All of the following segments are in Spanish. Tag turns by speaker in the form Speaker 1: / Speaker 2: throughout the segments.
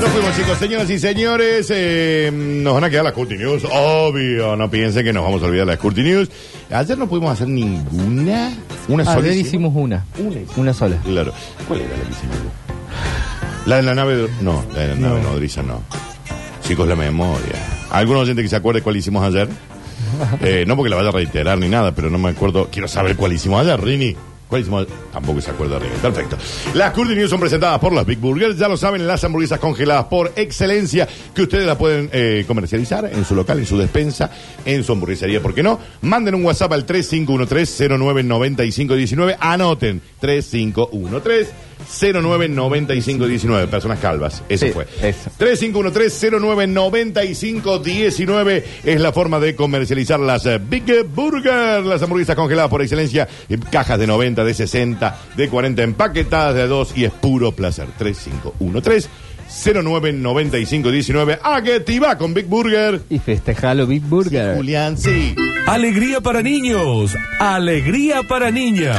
Speaker 1: Nos fuimos, chicos, señoras y señores. eh, nos van a quedar las Curti News, obvio. No piensen que nos vamos a olvidar de las Curti News. Ayer no pudimos hacer ninguna. Una sola.
Speaker 2: Ayer
Speaker 1: hicimos.
Speaker 2: hicimos una.
Speaker 1: Una hicimos.
Speaker 2: Una sola.
Speaker 1: Claro. ¿Cuál era la que hicimos? La de la nave. de- No, la de la nave nodriza no. Chicos, la memoria. ¿Algún oyente que se acuerde cuál hicimos ayer? Eh, no porque la vaya a reiterar ni nada, pero no me acuerdo. Quiero saber cuál hicimos ayer, Rini. ¿Cuál hicimos ayer? Tampoco se acuerda Rini. Perfecto. Las Curdy News son presentadas por las Big Burgers. Ya lo saben, las hamburguesas congeladas por excelencia que ustedes las pueden eh, comercializar en su local, en su despensa, en su hamburguesería. ¿Por qué no? Manden un WhatsApp al 3513-099519. Anoten 3513. 099519, personas calvas, eso
Speaker 2: Sí,
Speaker 1: fue.
Speaker 2: eso.
Speaker 1: 3513-099519 es la forma de comercializar las eh, Big Burger, las hamburguesas congeladas por excelencia, en cajas de 90, de 60, de 40, empaquetadas de 2 y es puro placer. 3513-099519, a Getty va con Big Burger.
Speaker 2: Y festejalo Big Burger.
Speaker 1: Julián, sí.
Speaker 3: Alegría para niños, alegría para niñas.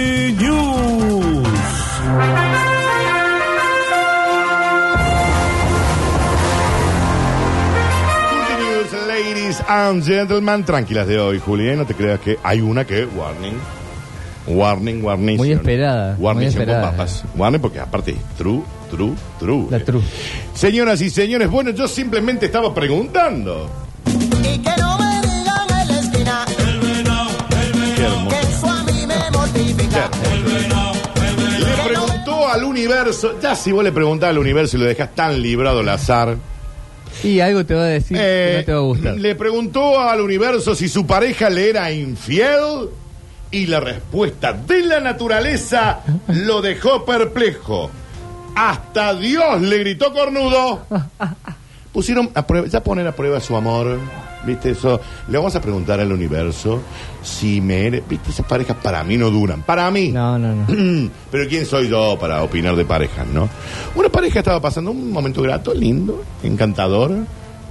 Speaker 3: News.
Speaker 1: Good news, ladies and gentlemen. Tranquilas de hoy, Juli, ¿eh? No te creas que hay una que, warning. Warning, warning.
Speaker 2: Muy esperada,
Speaker 1: Warning
Speaker 2: muy esperada.
Speaker 1: con papas. Warning porque aparte, true, true, true.
Speaker 2: La
Speaker 1: eh.
Speaker 2: true.
Speaker 1: Señoras y señores, bueno, yo simplemente estaba preguntando.
Speaker 4: Y que no me digan en la esquina
Speaker 1: Qué hermoso.
Speaker 4: que eso a mí me mortifica.
Speaker 1: Le preguntó al universo, ya si vos le preguntás al universo y lo dejas tan librado al azar,
Speaker 2: Y algo te va a decir
Speaker 1: Eh,
Speaker 2: que no te va a gustar.
Speaker 1: Le preguntó al universo si su pareja le era infiel y la respuesta de la naturaleza lo dejó perplejo. Hasta Dios le gritó cornudo. Pusieron a prueba, ya poner a prueba su amor. ¿Viste eso? Le vamos a preguntar al universo si me... eres- ¿Viste? Esas parejas para mí no duran. Para mí.
Speaker 2: No, no, no.
Speaker 1: Pero ¿quién soy yo para opinar de parejas, no? Una pareja estaba pasando un momento grato, lindo, encantador.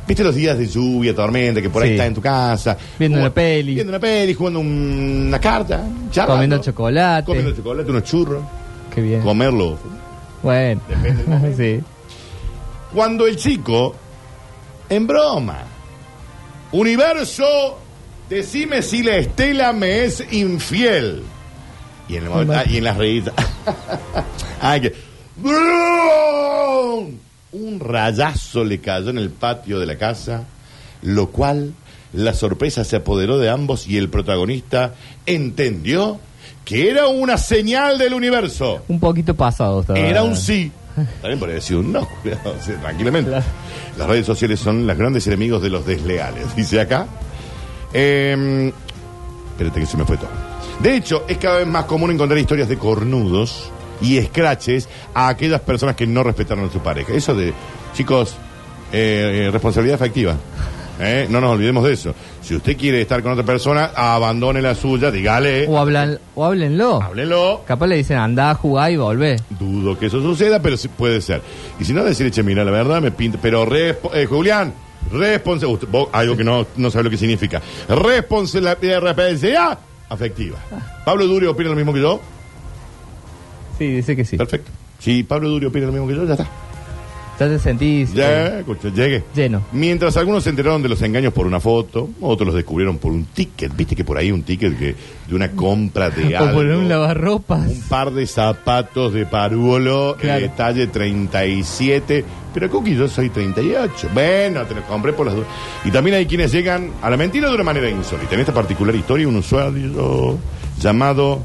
Speaker 1: ¿Viste los días de lluvia, tormenta, que por ahí
Speaker 2: Sí.
Speaker 1: estás en tu casa?
Speaker 2: Viendo
Speaker 1: Jugando-
Speaker 2: una peli.
Speaker 1: Viendo una peli, jugando un- una carta, charlando.
Speaker 2: Comiendo chocolate.
Speaker 1: Ah, Comiendo chocolate, unos churros.
Speaker 2: Qué bien.
Speaker 1: Comerlo.
Speaker 2: Bueno. sí.
Speaker 1: Cuando el chico, en broma, universo, decime si la Estela me es infiel. Y en, el momento- ah, y en las revistas. Ay, que. ¡Brum! Un rayazo le cayó en el patio de la casa, lo cual la sorpresa se apoderó de ambos y el protagonista entendió que era una señal del universo.
Speaker 2: Un poquito pasado estaba.
Speaker 1: Era un sí. También podría decir un no, cuidado, sí, tranquilamente. Las redes sociales son los grandes enemigos de los desleales, dice acá. Eh, espérate que se me fue todo. De hecho, es cada vez más común encontrar historias de cornudos y escraches a aquellas personas que no respetaron a su pareja. Eso de, chicos, eh, eh, responsabilidad efectiva. ¿eh? No nos olvidemos de eso. Si usted quiere estar con otra persona, abandone la suya, dígale,
Speaker 2: O, hablan, o háblenlo.
Speaker 1: háblelo.
Speaker 2: Capaz le dicen, andá, jugá y volvé.
Speaker 1: Dudo que eso suceda, pero sí puede ser. Y si no, decirle, che, mira, la verdad me pinta. Pero, respo- eh, Julián, responsabilidad. Algo que no, no sabe lo que significa. Responsa- eh, Responsabilidad afectiva. ¿Pablo Durio opina lo mismo que yo?
Speaker 2: Sí, dice que sí.
Speaker 1: Perfecto. Si Pablo Durio opina lo mismo que yo, ya está.
Speaker 2: Ya te sentís eh,
Speaker 1: Ya, escucha, llegué.
Speaker 2: lleno.
Speaker 1: Mientras algunos se enteraron de los engaños por una foto, otros los descubrieron por un ticket. Viste que por ahí un ticket que, de una compra de
Speaker 2: O
Speaker 1: algo.
Speaker 2: poner un lavarropas.
Speaker 1: un par de zapatos de parúbolo
Speaker 2: Claro.
Speaker 1: eh, talle 37. Pero Cookie, yo soy 38. Bueno, te lo compré por las dudas. Y también hay quienes llegan a la mentira de una manera insólita. En esta particular historia, un usuario llamado.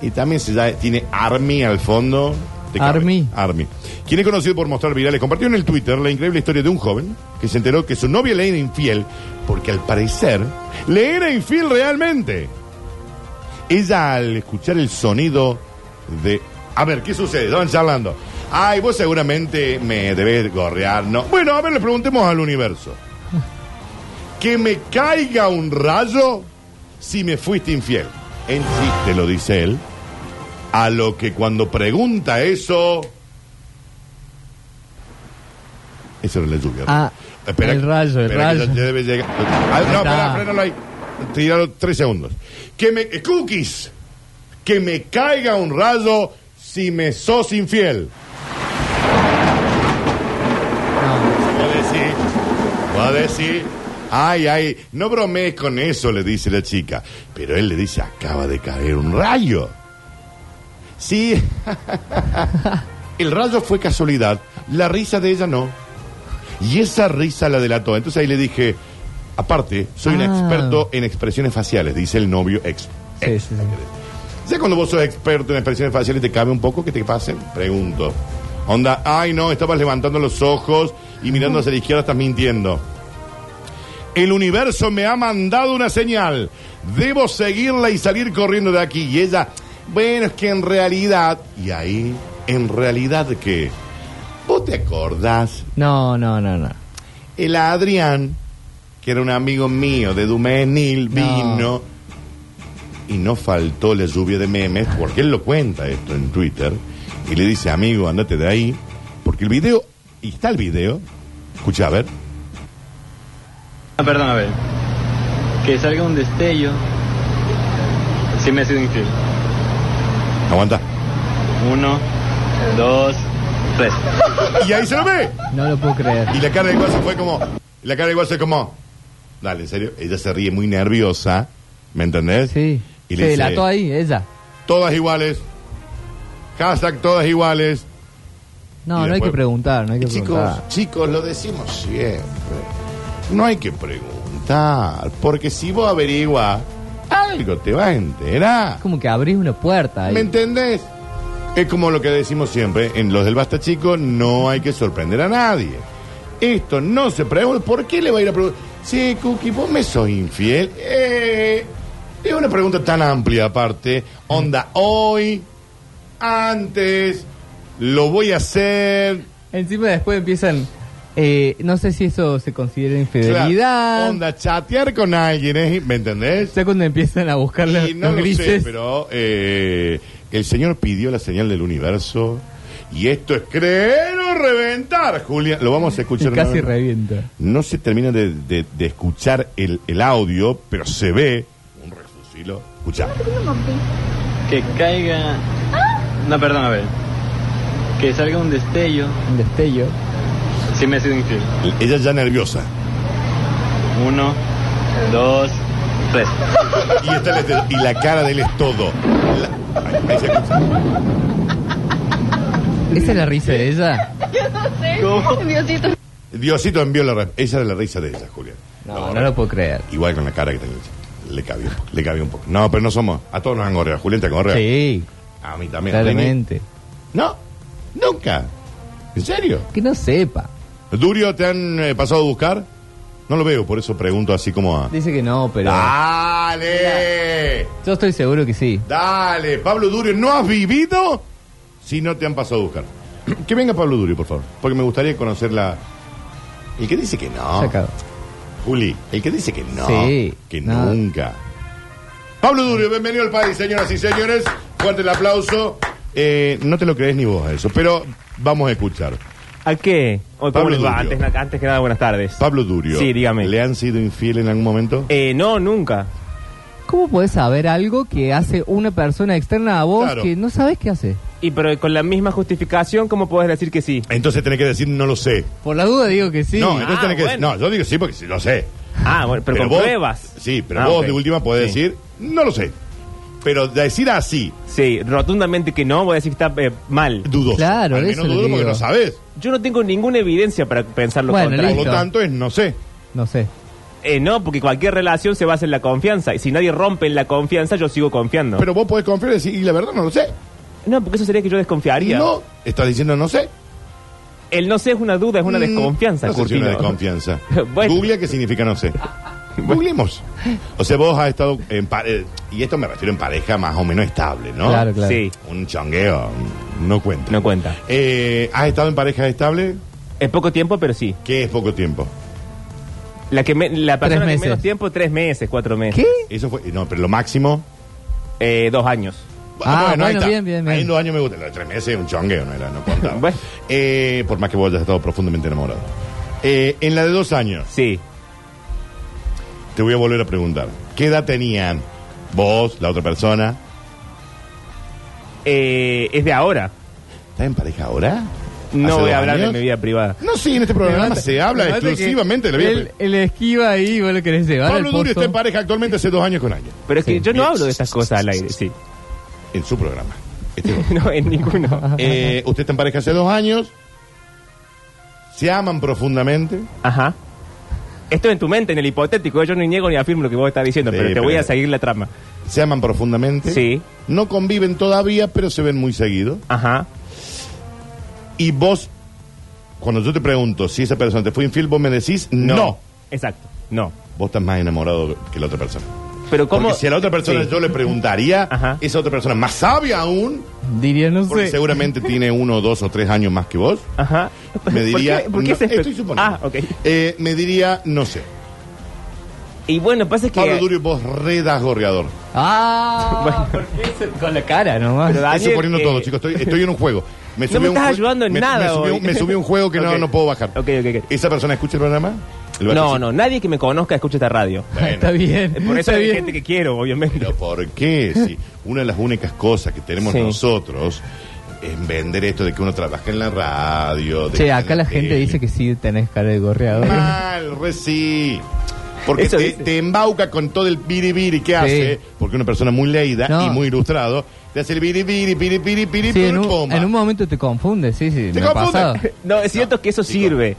Speaker 1: Y también se llama- tiene Army al fondo. Te cabe.
Speaker 2: Army.
Speaker 1: Army. Quien es conocido por mostrar virales, compartió en el Twitter la increíble historia de un joven que se enteró que su novia le era infiel porque al parecer le era infiel realmente. Ella al escuchar el sonido de... A ver, ¿qué sucede? Estaban charlando. Ay, vos seguramente me debes gorrear, ¿no? Bueno, a ver, le preguntemos al universo. Que me caiga un rayo si me fuiste infiel. En chiste lo dice él. A lo que cuando pregunta eso. Eso era la lluvia.
Speaker 2: Ah,
Speaker 1: Espera
Speaker 2: el
Speaker 1: que-
Speaker 2: rayo, el
Speaker 1: espera que
Speaker 2: rayo.
Speaker 1: ya- ya debe llegar. Ah, no,
Speaker 2: está.
Speaker 1: espera, frénalo ahí. Tíralo tres segundos. Que me. eh, Cookies. Que me caiga un rayo si me sos infiel.
Speaker 2: No.
Speaker 1: Va a decir, va a decir, ay, ay, no bromees con eso, le dice la chica. Pero él le dice, acaba de caer un rayo. Sí, el rayo fue casualidad, la risa de ella no. Y esa risa la delató. Entonces ahí le dije, aparte, soy un
Speaker 2: Ah.
Speaker 1: experto en expresiones faciales, dice el novio ex.
Speaker 2: Sí, sí, sí.
Speaker 1: Ya cuando vos sos experto en expresiones faciales, ¿te cabe un poco que te pasen? Pregunto. Onda, ay no, estabas levantando los ojos y mirando hacia la izquierda, estás mintiendo. El universo me ha mandado una señal. Debo seguirla y salir corriendo de aquí. Y ella, bueno, es que en realidad... Y ahí, en realidad, ¿qué? ¿Vos te acordás?
Speaker 2: No, no, no, no.
Speaker 1: El Adrián, que era un amigo mío de Dumenil,
Speaker 2: No.
Speaker 1: vino y no faltó la lluvia de memes, porque él lo cuenta esto en Twitter, y le dice, amigo, andate de ahí, porque el video, y está el video, escucha, a ver,
Speaker 5: Ah, perdón, a ver. Que salga un destello. Si me ha sido infiel.
Speaker 1: aguanta.
Speaker 5: Uno, dos, tres.
Speaker 1: Y ahí se lo ve.
Speaker 2: No lo puedo creer.
Speaker 1: Y la cara del guaso fue como, la cara del guaso es como, dale, en serio, ella se ríe muy nerviosa, ¿me entendés?
Speaker 2: Sí.
Speaker 1: Y
Speaker 2: Se
Speaker 1: le dice,
Speaker 2: delató ahí, ella.
Speaker 1: todas iguales, hashtag todas iguales.
Speaker 2: No,
Speaker 1: Y
Speaker 2: no hay
Speaker 1: después-
Speaker 2: que preguntar, no hay que preguntar.
Speaker 1: Chicos, chicos, lo decimos siempre. No hay que preguntar, porque si vos averiguas, algo te va a enterar.
Speaker 2: Es como que abrís una puerta
Speaker 1: ¿Me
Speaker 2: ahí.
Speaker 1: entendés? Es como lo que decimos siempre, en los del Basta Chico no hay que sorprender a nadie. Esto no se pregunta, ¿por qué le va a ir a preguntar? Sí, Cookie, vos me sos infiel. Eh, es una pregunta tan amplia aparte. Onda, hoy, antes, lo voy a hacer.
Speaker 2: Encima después empiezan. eh, no sé si eso se considera
Speaker 1: Claro,
Speaker 2: infidelidad.
Speaker 1: Onda, chatear con alguien, ¿eh? ¿me entendés?
Speaker 2: Ya cuando empiezan a buscar los,
Speaker 1: Y no lo
Speaker 2: los
Speaker 1: sé,
Speaker 2: grises.
Speaker 1: pero eh, el señor pidió la señal del universo y esto es creer o reventar, Julia. Lo vamos a
Speaker 2: y
Speaker 1: escuchar.
Speaker 2: casi
Speaker 1: ¿no?
Speaker 2: revienta.
Speaker 1: No se termina de, de- de escuchar el, el audio, pero se ve un refusilo. Escucha.
Speaker 5: Que caiga. No, perdón, a ver. Que salga un destello.
Speaker 2: Un destello.
Speaker 5: Si me ha sido infiel.
Speaker 1: Ella ya nerviosa.
Speaker 5: Uno, dos, tres.
Speaker 1: Y, está el este- y la cara de él es todo. La- ahí- ahí se escucha.
Speaker 2: ¿Esa es la risa de ella?
Speaker 5: ¿Cómo?
Speaker 6: Diosito.
Speaker 1: Diosito envió la... re- Esa era la risa de ella, Julia.
Speaker 2: No, no lo puedo creer.
Speaker 1: Igual con la cara que tenía. Le cabía un poco, le cabía un poco. No, pero no somos. A todos nos han gorreado. Julián te han gorreado.
Speaker 2: Sí,
Speaker 1: A mí también. a Denis.
Speaker 2: claramente.
Speaker 1: No, nunca. ¿En serio?
Speaker 2: Que no sepa.
Speaker 1: ¿Durio te han eh, pasado a buscar? No lo veo, por eso pregunto así como a.
Speaker 2: Dice que no, pero.
Speaker 1: Ah. ¡Dale!
Speaker 2: Yo estoy seguro que sí.
Speaker 1: ¡Dale! Pablo Durio, ¿no has vivido si no te han pasado a buscar? Que venga Pablo Durio, por favor, porque me gustaría conocer la. El que dice que no.
Speaker 2: Sacado.
Speaker 1: Juli, el que dice que no,
Speaker 2: Sí,
Speaker 1: que
Speaker 2: no.
Speaker 1: nunca. Pablo Durio, bienvenido al país, señoras y señores. Fuerte el aplauso. Eh, no te lo crees ni vos a eso, pero vamos a escuchar.
Speaker 7: ¿A qué? Oh, ¿cómo
Speaker 1: Pablo
Speaker 7: les va?
Speaker 1: Durio.
Speaker 7: Antes, antes que nada, buenas tardes.
Speaker 1: Pablo Durio.
Speaker 7: Sí, dígame.
Speaker 1: ¿Le han sido infiel en algún momento?
Speaker 7: Eh, no, nunca.
Speaker 2: ¿Cómo podés saber algo que hace una persona externa a vos
Speaker 1: Claro.
Speaker 2: que no sabes qué hace?
Speaker 7: Y pero con la misma justificación, ¿cómo podés decir que sí?
Speaker 1: Entonces tenés que decir no lo sé.
Speaker 2: Por la duda digo que sí.
Speaker 1: No, entonces
Speaker 7: Ah,
Speaker 1: tenés que
Speaker 7: bueno.
Speaker 1: decir- No, yo digo sí porque sí lo sé.
Speaker 7: Ah, bueno, pero, con
Speaker 1: vos-
Speaker 7: pruebas.
Speaker 1: Sí, pero
Speaker 7: Ah,
Speaker 1: vos
Speaker 7: ok.
Speaker 1: de última podés
Speaker 7: Sí.
Speaker 1: decir no lo sé. Pero decir así,
Speaker 7: Sí, rotundamente que no, voy a decir que está eh, mal.
Speaker 1: dudoso.
Speaker 2: Claro,
Speaker 1: Al menos
Speaker 2: eso le
Speaker 1: dudo porque
Speaker 2: digo.
Speaker 1: no sabes.
Speaker 7: Yo no tengo ninguna evidencia para pensar lo
Speaker 2: Bueno,
Speaker 1: Por
Speaker 7: contrario.
Speaker 1: lo
Speaker 2: Listo.
Speaker 1: tanto es no sé.
Speaker 2: No sé.
Speaker 7: Eh, no, porque cualquier relación se basa en la confianza. Y si nadie rompe la confianza, yo sigo confiando.
Speaker 1: Pero vos podés confiar y decir, y la verdad no lo sé.
Speaker 7: no, porque eso sería que yo desconfiaría.
Speaker 1: No, estás diciendo no sé.
Speaker 7: El no sé es una duda, es una
Speaker 1: Mm,
Speaker 7: desconfianza,
Speaker 1: no sé si
Speaker 7: Curtino.
Speaker 1: una desconfianza.
Speaker 7: Bueno.
Speaker 1: Googlea qué significa no sé. Googleemos. O sea, vos has estado en pareja, y esto me refiero en pareja más o menos estable, ¿no?
Speaker 2: Claro, claro.
Speaker 7: Sí,
Speaker 1: Un chongueo mm, no cuenta.
Speaker 7: no cuenta.
Speaker 1: Eh, ¿Has estado en pareja estable?
Speaker 7: Es poco tiempo, pero sí.
Speaker 1: ¿Qué es poco tiempo?
Speaker 7: La, que me- la persona
Speaker 2: Tres
Speaker 7: que
Speaker 2: meses.
Speaker 7: menos tiempo, tres meses, cuatro meses.
Speaker 2: ¿Qué?
Speaker 1: Eso fue. No, pero lo máximo.
Speaker 7: Eh, dos años.
Speaker 2: Ah,
Speaker 1: ahí
Speaker 2: bueno,
Speaker 1: está.
Speaker 2: bien, bien, bien.
Speaker 1: Ahí en dos años me gusta. Lo de tres meses es un chongueo, no era, no contaba.
Speaker 7: Bueno.
Speaker 1: Eh, por más que vos hayas estado profundamente enamorado. Eh, en la de dos años,
Speaker 7: Sí.
Speaker 1: te voy a volver a preguntar. ¿Qué edad tenían vos, la otra persona?
Speaker 7: Eh, es de ahora.
Speaker 1: ¿Estás en pareja ahora?
Speaker 7: No
Speaker 1: ¿Hace
Speaker 7: voy
Speaker 1: dos
Speaker 7: a hablar
Speaker 1: años?
Speaker 7: de mi vida privada.
Speaker 1: No, sí, en este programa se habla
Speaker 2: Levanta que
Speaker 1: exclusivamente de la vida.
Speaker 2: él- Él esquiva ahí y vos lo querés llevar al
Speaker 1: Pablo Durio
Speaker 2: pozo.
Speaker 1: está en pareja actualmente hace dos años con alguien.
Speaker 7: Pero es que
Speaker 2: Sí.
Speaker 7: yo no
Speaker 1: Bien.
Speaker 7: hablo de estas cosas al aire, sí.
Speaker 1: En su programa. Este es otro.
Speaker 7: No, en ninguno.
Speaker 1: Eh, usted está en pareja hace dos años. Se aman profundamente.
Speaker 7: Ajá. Esto en tu mente, en el hipotético. Yo no niego ni afirmo lo que vos estás diciendo,
Speaker 1: Sí,
Speaker 7: pero te
Speaker 1: pero-
Speaker 7: voy a seguir la trama.
Speaker 1: Se aman profundamente.
Speaker 7: Sí.
Speaker 1: No conviven todavía, pero se ven muy seguido.
Speaker 7: Ajá.
Speaker 1: Y vos, cuando yo te pregunto si esa persona te fue infiel, vos me decís no.
Speaker 7: Exacto. No.
Speaker 1: Vos estás más enamorado que la otra persona.
Speaker 7: Pero ¿cómo?
Speaker 1: Porque si a la otra persona
Speaker 7: Sí.
Speaker 1: yo le preguntaría,
Speaker 7: Ajá.
Speaker 1: esa otra persona más sabia aún,
Speaker 2: Diría, no
Speaker 1: porque
Speaker 2: sé.
Speaker 1: seguramente tiene uno, dos o tres años más que vos,
Speaker 7: Ajá.
Speaker 1: me diría.
Speaker 7: ¿Por qué, por qué
Speaker 1: no,
Speaker 7: se espe-
Speaker 1: estoy suponiendo.
Speaker 7: Ah, ok.
Speaker 1: Eh, me diría, no sé.
Speaker 7: Y bueno, pasa que...
Speaker 1: Pablo Durio, vos redas gorreador.
Speaker 2: Ah,
Speaker 7: Bueno.
Speaker 2: ¿por qué se- con la cara nomás.
Speaker 7: Pero Daniel,
Speaker 1: Estoy suponiendo
Speaker 7: eh,
Speaker 1: todo, chicos. Estoy, estoy en un juego. Me
Speaker 7: No
Speaker 1: subí
Speaker 7: me
Speaker 1: a un
Speaker 7: estás
Speaker 1: juego-
Speaker 7: ayudando en
Speaker 1: me-
Speaker 7: nada
Speaker 1: Me subí,
Speaker 7: hoy.
Speaker 1: un- me subí a un juego que no,
Speaker 7: Ok.
Speaker 1: no puedo bajar.
Speaker 7: Ok, ok, ok.
Speaker 1: ¿Esa persona escucha el programa? El
Speaker 7: No,
Speaker 1: Batista.
Speaker 7: no, nadie que me conozca escucha esta radio.
Speaker 1: Bueno,
Speaker 2: Está bien.
Speaker 7: Eh, Por eso
Speaker 2: está
Speaker 7: hay
Speaker 2: bien.
Speaker 7: gente que quiero, obviamente.
Speaker 1: Pero ¿por qué? Si una de las únicas cosas que tenemos
Speaker 7: Sí.
Speaker 1: nosotros es vender esto de que uno trabaja en la radio. de que
Speaker 2: Che, acá
Speaker 1: en
Speaker 2: la gente
Speaker 1: tele.
Speaker 2: dice que sí tenés cara de gorreador.
Speaker 1: Ah, Mal, re sí. Porque
Speaker 7: Eso
Speaker 1: te,
Speaker 7: dice.
Speaker 1: te embauca con todo el biribiri que hace, porque una persona muy leída
Speaker 2: No.
Speaker 1: y muy ilustrado, te hace el biribiri, biribiri, biribiri,
Speaker 2: Sí, en un,
Speaker 1: puma.
Speaker 2: en un momento te confunde, sí, sí.
Speaker 1: Te
Speaker 2: me ha
Speaker 1: confunde.
Speaker 2: pasado.
Speaker 7: No, es cierto que eso
Speaker 1: chicos.
Speaker 7: sirve.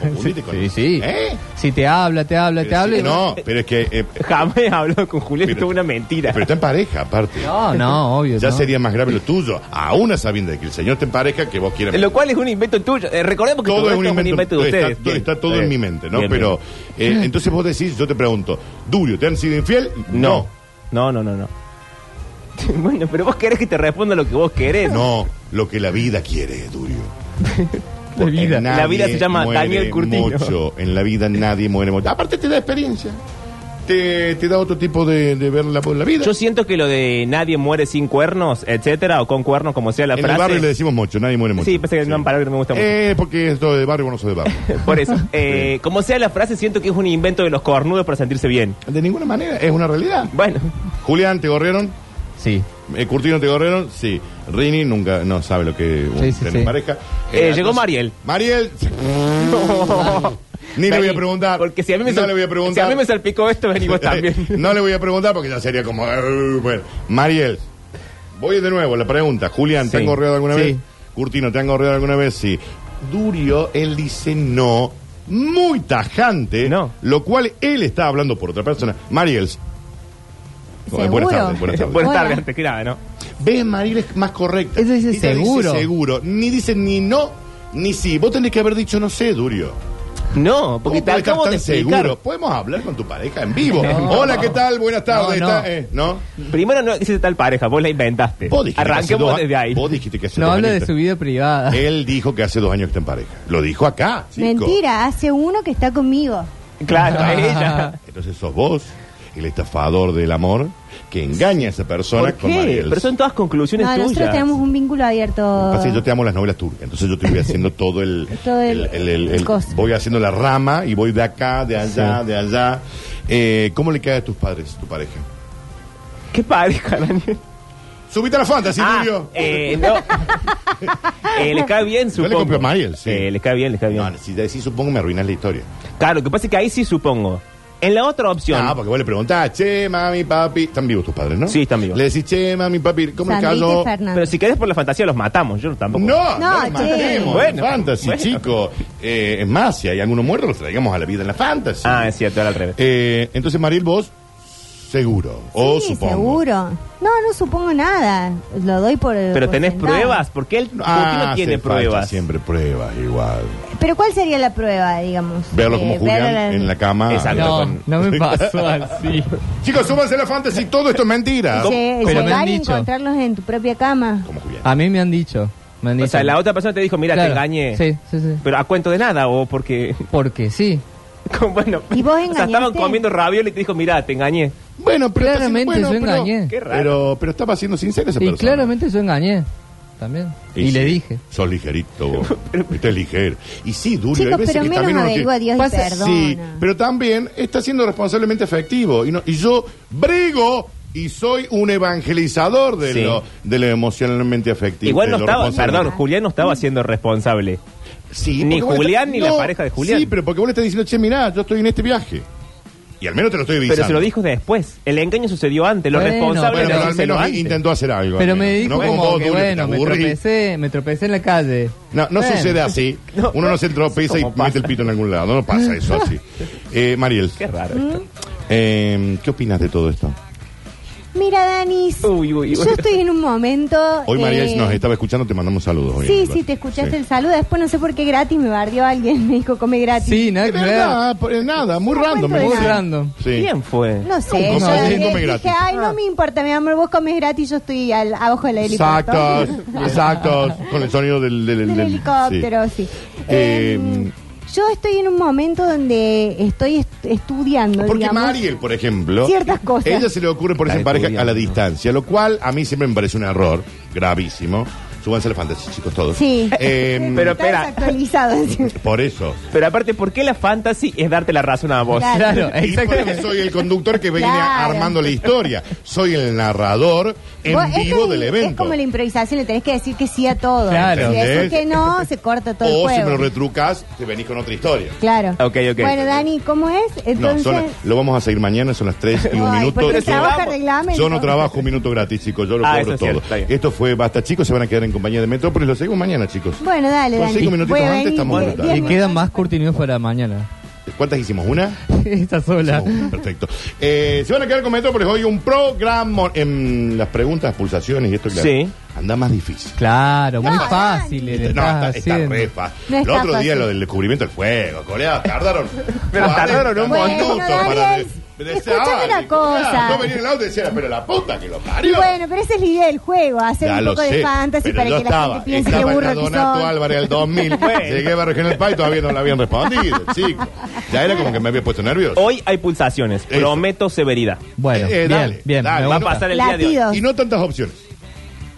Speaker 1: Confundite con-
Speaker 2: Sí, sí.
Speaker 1: ¿Eh?
Speaker 2: Si te habla, te habla, te
Speaker 1: Pero
Speaker 2: habla.
Speaker 1: sí,
Speaker 2: y-
Speaker 1: no, pero es que. eh,
Speaker 7: Jamás he hablado con Julián,
Speaker 1: Pero- eh,
Speaker 7: esto es una mentira.
Speaker 1: pero está en pareja, aparte.
Speaker 2: No, no, obvio.
Speaker 1: Ya
Speaker 2: no.
Speaker 1: sería más grave lo tuyo. Aún a sabiendo de que el señor te empareja, que vos quieras.
Speaker 7: Lo cual es un invento tuyo. Eh, recordemos que
Speaker 1: todo es un
Speaker 7: esto
Speaker 1: invento,
Speaker 7: de
Speaker 1: está-
Speaker 7: ustedes.
Speaker 1: Está,
Speaker 7: Bien.
Speaker 1: está todo
Speaker 7: Bien.
Speaker 1: en mi mente, ¿no?
Speaker 7: Bien,
Speaker 1: Pero eh, entonces vos decís, yo te pregunto, Durio, ¿te han sido infiel?
Speaker 7: bien. No. No, no, no, no. bueno, pero vos querés que te responda lo que vos querés.
Speaker 1: No, lo que la vida quiere, Durio.
Speaker 2: La vida.
Speaker 1: Nadie
Speaker 7: La vida se llama
Speaker 1: muere
Speaker 7: Daniel Curtino.
Speaker 1: Mucho. En la vida nadie muere mucho. Aparte te da experiencia. Te, te da otro tipo de, de ver la, la vida.
Speaker 7: Yo siento que lo de nadie muere sin cuernos, etcétera, o con cuernos, como sea la
Speaker 1: en el
Speaker 7: frase.
Speaker 1: barrio le decimos mucho, nadie muere mucho.
Speaker 7: Sí, pasa que no han parado que no me gusta mucho.
Speaker 1: Eh, porque es todo de barrio, vos no sos de barrio.
Speaker 7: Por eso. Eh, como sea la frase, siento que es un invento de los cornudos para sentirse bien.
Speaker 1: De ninguna manera, es una realidad.
Speaker 7: Bueno,
Speaker 1: Julián, ¿te corrieron?
Speaker 2: Sí.
Speaker 1: Eh, Curtino, ¿te corrieron? Sí. Rini nunca, no sabe lo que
Speaker 2: Sí, sí,
Speaker 1: tener
Speaker 2: sí.
Speaker 1: pareja.
Speaker 7: Eh,
Speaker 1: entonces-
Speaker 7: llegó Mariel.
Speaker 1: Mariel. Ni le voy a
Speaker 7: Vení,
Speaker 1: preguntar.
Speaker 7: Porque si a mí me,
Speaker 1: no
Speaker 7: sal-
Speaker 1: le voy a
Speaker 7: si
Speaker 1: preguntar.
Speaker 7: a mí me salpicó esto, vení vos también.
Speaker 1: Eh, no le voy a preguntar porque ya sería como. eh, bueno. Mariel, voy de nuevo a la pregunta. Julián, ¿te
Speaker 7: Sí.
Speaker 1: han gorreado alguna
Speaker 2: Sí.
Speaker 1: vez? Curtino, ¿te han gorreado alguna vez? Sí. Durio, él dice no. Muy tajante.
Speaker 7: No.
Speaker 1: Lo cual él está hablando por otra persona. Mariel.
Speaker 6: ¿Seguro?
Speaker 1: Buenas tardes, buenas tardes.
Speaker 7: Buenas
Speaker 6: Hola.
Speaker 7: tardes, antes que nada, ¿no?
Speaker 1: Ve, Mariel es más correcta.
Speaker 2: Ella dice
Speaker 1: Ella
Speaker 2: seguro.
Speaker 1: seguro. Ni dice ni no, ni sí. Vos tenés que haber dicho no sé, Durio.
Speaker 7: No,
Speaker 1: ¿Cómo
Speaker 7: porque te
Speaker 1: podés estar
Speaker 7: acabo de
Speaker 1: tan
Speaker 7: explicar.
Speaker 1: Podemos hablar con tu pareja en vivo.
Speaker 2: No.
Speaker 1: Hola, ¿qué tal? Buenas tardes.
Speaker 2: No,
Speaker 1: ¿Está-
Speaker 2: no.
Speaker 1: eh, ¿no?
Speaker 7: Primero no existe tal pareja, vos la inventaste.
Speaker 1: Vos dijiste que hace
Speaker 7: Arranquemos
Speaker 1: dos a-
Speaker 7: desde ahí.
Speaker 1: Vos dijiste que hace
Speaker 2: No
Speaker 1: dos
Speaker 2: habla
Speaker 1: años
Speaker 2: de su vida privada.
Speaker 1: está- Él dijo que hace dos años que está en pareja. Lo dijo acá. chico.
Speaker 6: Mentira, hace uno que está conmigo.
Speaker 7: Claro,
Speaker 2: Ah.
Speaker 7: ella.
Speaker 1: Entonces sos vos, el estafador del amor, que engaña a esa persona
Speaker 7: ¿Por
Speaker 1: con
Speaker 7: qué?
Speaker 1: Mariel.
Speaker 7: Pero son todas conclusiones
Speaker 6: No, nosotros
Speaker 7: tuyas.
Speaker 6: tenemos un vínculo abierto.
Speaker 1: Pasa que Ah, yo te amo las novelas turcas, entonces yo te voy haciendo todo el.
Speaker 6: Todo el- el coso.
Speaker 1: voy haciendo la rama y voy de acá, de allá, de allá. Eh, ¿Cómo le cae a tus padres, tu pareja?
Speaker 7: ¿Qué pareja, Daniel?
Speaker 1: Subite a la fantasy,
Speaker 7: ah,
Speaker 1: Tulio.
Speaker 7: eh, no. eh, les cae bien,
Speaker 1: Yo le
Speaker 7: supongo.
Speaker 1: compro a Mariel, sí.
Speaker 7: Eh, les cae bien, les cae bien.
Speaker 1: No, si te decís supongo, me arruinas la historia.
Speaker 7: Claro, lo que pasa es que ahí sí supongo. En la otra opción.
Speaker 1: Ah, porque vos le preguntás, che, mami, papi. Están vivos tus padres, ¿no?
Speaker 7: Sí, están vivos.
Speaker 1: Le decís, che, mami, papi, ¿cómo le
Speaker 6: Sandrita
Speaker 1: cayó?
Speaker 6: y Fernando.
Speaker 7: pero si querés por la fantasía los matamos, yo tampoco.
Speaker 1: No,
Speaker 6: No,
Speaker 1: no,
Speaker 6: che.
Speaker 1: no matemos.
Speaker 7: Bueno,
Speaker 1: fantasy,
Speaker 7: bueno.
Speaker 1: chico. Eh, es más, si hay alguno muerto, los traigamos a la vida en la fantasy.
Speaker 7: Ah, es cierto, era al revés.
Speaker 1: Eh, entonces, Mariel, vos, seguro. o
Speaker 6: sí,
Speaker 1: supongo.
Speaker 6: seguro. No, no supongo nada. Lo doy por.
Speaker 7: Pero
Speaker 6: por
Speaker 7: tenés
Speaker 6: sentado.
Speaker 7: pruebas, porque él
Speaker 1: Ah,
Speaker 7: no tiene
Speaker 1: hace falta
Speaker 7: pruebas.
Speaker 1: Siempre pruebas, igual.
Speaker 6: Pero ¿cuál sería la prueba, digamos?
Speaker 1: Verlo
Speaker 6: Eh,
Speaker 1: como
Speaker 6: ver
Speaker 1: Julián
Speaker 6: a
Speaker 1: en la cama.
Speaker 7: Exacto.
Speaker 2: No,
Speaker 7: con-
Speaker 2: no me pasó así.
Speaker 1: Chicos, súbanse a la fantasy, todo esto es mentira.
Speaker 6: Lle-
Speaker 2: Pero me han
Speaker 6: Llegar y
Speaker 2: dicho.
Speaker 6: encontrarlos en tu propia cama.
Speaker 1: Como Julián.
Speaker 2: A mí me han dicho. Me han dicho.
Speaker 7: O sea, la otra persona te dijo, mira,
Speaker 2: Claro.
Speaker 7: te engañé.
Speaker 2: Sí, sí, sí.
Speaker 7: Pero a cuento de nada, o porque.
Speaker 2: Porque sí.
Speaker 7: Como, bueno,
Speaker 6: ¿Y vos
Speaker 7: o sea, estaban
Speaker 6: engañaste?
Speaker 7: comiendo ravioli y te dijo, mirá, te engañé.
Speaker 1: Bueno, pero está siendo-
Speaker 2: Claramente yo
Speaker 1: pero-
Speaker 2: engañé.
Speaker 7: Qué raro.
Speaker 1: Pero, pero estaba siendo sincera esa
Speaker 2: Y
Speaker 1: persona.
Speaker 2: claramente yo engañé. También. Y, le
Speaker 1: sí,
Speaker 2: dije.
Speaker 1: Sos ligerito vos. Usted es ligero. Y sí, Dulio, hay
Speaker 6: Chicos,
Speaker 1: veces
Speaker 6: pero
Speaker 1: que
Speaker 6: menos
Speaker 1: también uno
Speaker 6: averigua a
Speaker 1: tiene-
Speaker 6: Dios y
Speaker 2: Pasa-
Speaker 6: perdona.
Speaker 1: Sí, pero también está siendo responsablemente efectivo. Y, no- y yo brego y soy un evangelizador de,
Speaker 7: Sí.
Speaker 1: lo, de lo emocionalmente afectivo.
Speaker 7: Igual no
Speaker 1: de lo
Speaker 7: estaba,
Speaker 1: responsable.
Speaker 7: perdón, Julián no estaba siendo responsable.
Speaker 1: Sí,
Speaker 7: Ni
Speaker 1: porque vos le
Speaker 7: Julián ni la pareja de Julián.
Speaker 1: Sí, pero porque vos le estás diciendo, che, mirá, yo estoy en este viaje. Y al menos te lo estoy avisando.
Speaker 7: Pero se lo dijo después. El engaño sucedió antes. Los
Speaker 2: Bueno,
Speaker 7: responsables
Speaker 1: Bueno,
Speaker 2: Pero
Speaker 1: pero
Speaker 7: no
Speaker 1: al
Speaker 7: hicieron
Speaker 1: menos
Speaker 7: antes.
Speaker 1: intentó hacer algo.
Speaker 2: Pero
Speaker 1: al
Speaker 2: me
Speaker 1: menos.
Speaker 2: dijo
Speaker 1: No como
Speaker 2: como
Speaker 1: vos,
Speaker 2: que
Speaker 1: Dulio, que te
Speaker 2: bueno, me
Speaker 1: aburrís.
Speaker 2: tropecé, me tropecé en la calle.
Speaker 1: No, no
Speaker 2: Bueno.
Speaker 1: sucede así.
Speaker 7: No.
Speaker 1: Uno no se tropeza y
Speaker 7: ¿Cómo pasa?
Speaker 1: mete el pito en algún lado. No pasa eso así. Eh, Mariel,
Speaker 7: Qué raro esto.
Speaker 1: eh, ¿qué opinas de todo esto?
Speaker 6: Mira, Danis,
Speaker 7: Uy, uy, uy.
Speaker 6: yo estoy en un momento...
Speaker 1: Hoy Mariel
Speaker 6: eh,
Speaker 1: nos estaba escuchando, te mandamos saludos. hoy.
Speaker 6: Sí, sí, te escuchaste
Speaker 1: Sí.
Speaker 6: el saludo. Después no sé por qué gratis me bardió alguien. Me dijo, come gratis.
Speaker 2: Sí, nada
Speaker 1: Es
Speaker 2: que ver.
Speaker 1: verdad, por- eh, nada, muy
Speaker 6: No
Speaker 1: random.
Speaker 6: cuento
Speaker 1: me
Speaker 6: de
Speaker 1: dice.
Speaker 2: nada. Muy random.
Speaker 1: Sí.
Speaker 7: ¿Quién fue?
Speaker 6: No sé,
Speaker 1: Un
Speaker 6: yo
Speaker 1: come-
Speaker 6: dije,
Speaker 1: un come gratis.
Speaker 6: dije, ay,
Speaker 7: Ah.
Speaker 6: no me importa, mi amor, vos comes gratis, yo estoy al- abajo de la
Speaker 1: Exactos,
Speaker 6: helicóptero.
Speaker 1: exactos. Con el sonido del, del,
Speaker 6: del
Speaker 1: del-
Speaker 6: helicóptero,
Speaker 1: sí.
Speaker 6: sí.
Speaker 1: Eh,
Speaker 6: Em, yo estoy en un momento donde estoy est- estudiando,
Speaker 1: Porque
Speaker 6: digamos.
Speaker 1: Mariel, por ejemplo,
Speaker 6: Ciertas cosas.
Speaker 1: ella se le ocurre por
Speaker 7: Está
Speaker 1: en pareja a la
Speaker 7: estudiando.
Speaker 1: distancia, lo cual a mí siempre me parece un error gravísimo. Súbanse a la fantasía, chicos, todos.
Speaker 6: Sí.
Speaker 1: Eh,
Speaker 7: Pero
Speaker 6: Está
Speaker 7: espera.
Speaker 6: desactualizado. sí.
Speaker 1: por eso.
Speaker 7: Pero aparte, ¿por qué la fantasy es darte la razón a vos?
Speaker 2: Claro,
Speaker 6: Claro.
Speaker 1: Y porque
Speaker 2: exactamente.
Speaker 1: soy el conductor que viene
Speaker 6: Claro.
Speaker 1: armando la historia. Soy el narrador en
Speaker 6: Vos- esto
Speaker 1: vivo
Speaker 6: es-
Speaker 1: del
Speaker 6: Es
Speaker 1: evento.
Speaker 6: como la improvisación, le tenés que decir que sí a todo.
Speaker 2: Claro.
Speaker 6: Si decís
Speaker 1: ¿Entendés?
Speaker 6: que no, se corta todo
Speaker 1: O
Speaker 6: el
Speaker 1: si me
Speaker 6: juego.
Speaker 1: lo retrucas, te venís con otra historia.
Speaker 6: claro.
Speaker 7: Ok, ok.
Speaker 6: Bueno, Dani, ¿cómo es?
Speaker 1: No,
Speaker 6: Entonces...
Speaker 1: son- lo vamos a seguir mañana, son las 3 y un
Speaker 6: Ay, pues
Speaker 1: minuto.
Speaker 6: porque
Speaker 1: Yo-
Speaker 6: trabaja reglamento.
Speaker 1: Yo no trabajo un minuto gratis, chicos, yo lo
Speaker 7: Ah,
Speaker 1: cobro
Speaker 7: eso es cierto,
Speaker 1: todo.
Speaker 7: está bien.
Speaker 1: Esto fue Basta, chicos, se van a quedar en compañía de Metrópolis. Lo seguimos mañana, chicos.
Speaker 6: Bueno, dale,
Speaker 1: Con
Speaker 6: Dani.
Speaker 1: cinco minutitos
Speaker 6: Voy a
Speaker 1: antes
Speaker 6: venir
Speaker 1: estamos
Speaker 6: de-
Speaker 1: anotados.
Speaker 6: diez
Speaker 2: Y
Speaker 1: Bien.
Speaker 2: quedan
Speaker 6: minutos.
Speaker 2: más contenidos para mañana.
Speaker 1: ¿Cuántas hicimos? ¿Una?
Speaker 2: Esta sola.
Speaker 1: Hicimos una, perfecto. Eh, se van a quedar con Metrópolis hoy un programa en las preguntas, pulsaciones y esto, claro.
Speaker 7: Sí.
Speaker 1: Anda más difícil.
Speaker 2: Claro, muy
Speaker 6: No,
Speaker 2: fácil. le
Speaker 1: No, está,
Speaker 2: estás
Speaker 1: está
Speaker 2: haciendo.
Speaker 1: re fácil.
Speaker 6: No
Speaker 1: el
Speaker 6: está
Speaker 1: otro día
Speaker 6: fácil.
Speaker 1: lo del descubrimiento del fuego, Corea, tardaron.
Speaker 7: Pero tardaron un
Speaker 1: Bueno,
Speaker 6: montón.
Speaker 1: minutos para
Speaker 6: Daniel, escúchame una cosa.
Speaker 1: Yo venía en el auto y decía, pero la puta que lo
Speaker 6: Y
Speaker 1: parió.
Speaker 6: bueno, pero esa es la idea del juego, hacer
Speaker 1: Ya
Speaker 6: un
Speaker 1: lo
Speaker 6: poco
Speaker 1: sé,
Speaker 6: de fantasy
Speaker 1: pero
Speaker 6: para
Speaker 1: yo
Speaker 6: que la
Speaker 1: estaba,
Speaker 6: gente piense que
Speaker 1: estaba en
Speaker 6: burro
Speaker 1: la
Speaker 6: que
Speaker 1: Donato
Speaker 6: son.
Speaker 1: Álvarez al 2000,
Speaker 7: Bueno.
Speaker 1: llegué a Barrio General Paz y todavía no la habían respondido, chico. Ya era como que me había puesto nervioso.
Speaker 7: Hoy hay pulsaciones.
Speaker 1: Eso.
Speaker 7: Prometo severidad.
Speaker 2: Bueno,
Speaker 1: Eh,
Speaker 2: bien,
Speaker 1: dale,
Speaker 2: bien.
Speaker 1: dale.
Speaker 2: me
Speaker 7: Va a
Speaker 2: gusta.
Speaker 7: pasar el día de hoy.
Speaker 6: Latidos.
Speaker 1: Y no tantas opciones.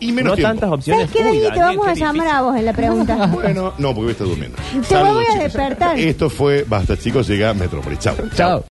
Speaker 1: Y menos
Speaker 7: No
Speaker 1: tiempo.
Speaker 7: tantas opciones.
Speaker 6: ¿Sabes qué,
Speaker 7: Uy,
Speaker 6: Dani? Te
Speaker 7: Daniel,
Speaker 6: vamos
Speaker 7: qué
Speaker 6: a llamar
Speaker 7: difícil.
Speaker 6: a vos en la pregunta.
Speaker 1: Bueno, no, porque voy a estar durmiendo.
Speaker 6: Te
Speaker 1: Saludos,
Speaker 6: voy a
Speaker 1: chicos.
Speaker 6: despertar.
Speaker 1: Esto fue Basta, chicos, llega Metrópolis. Chao.
Speaker 2: Chao.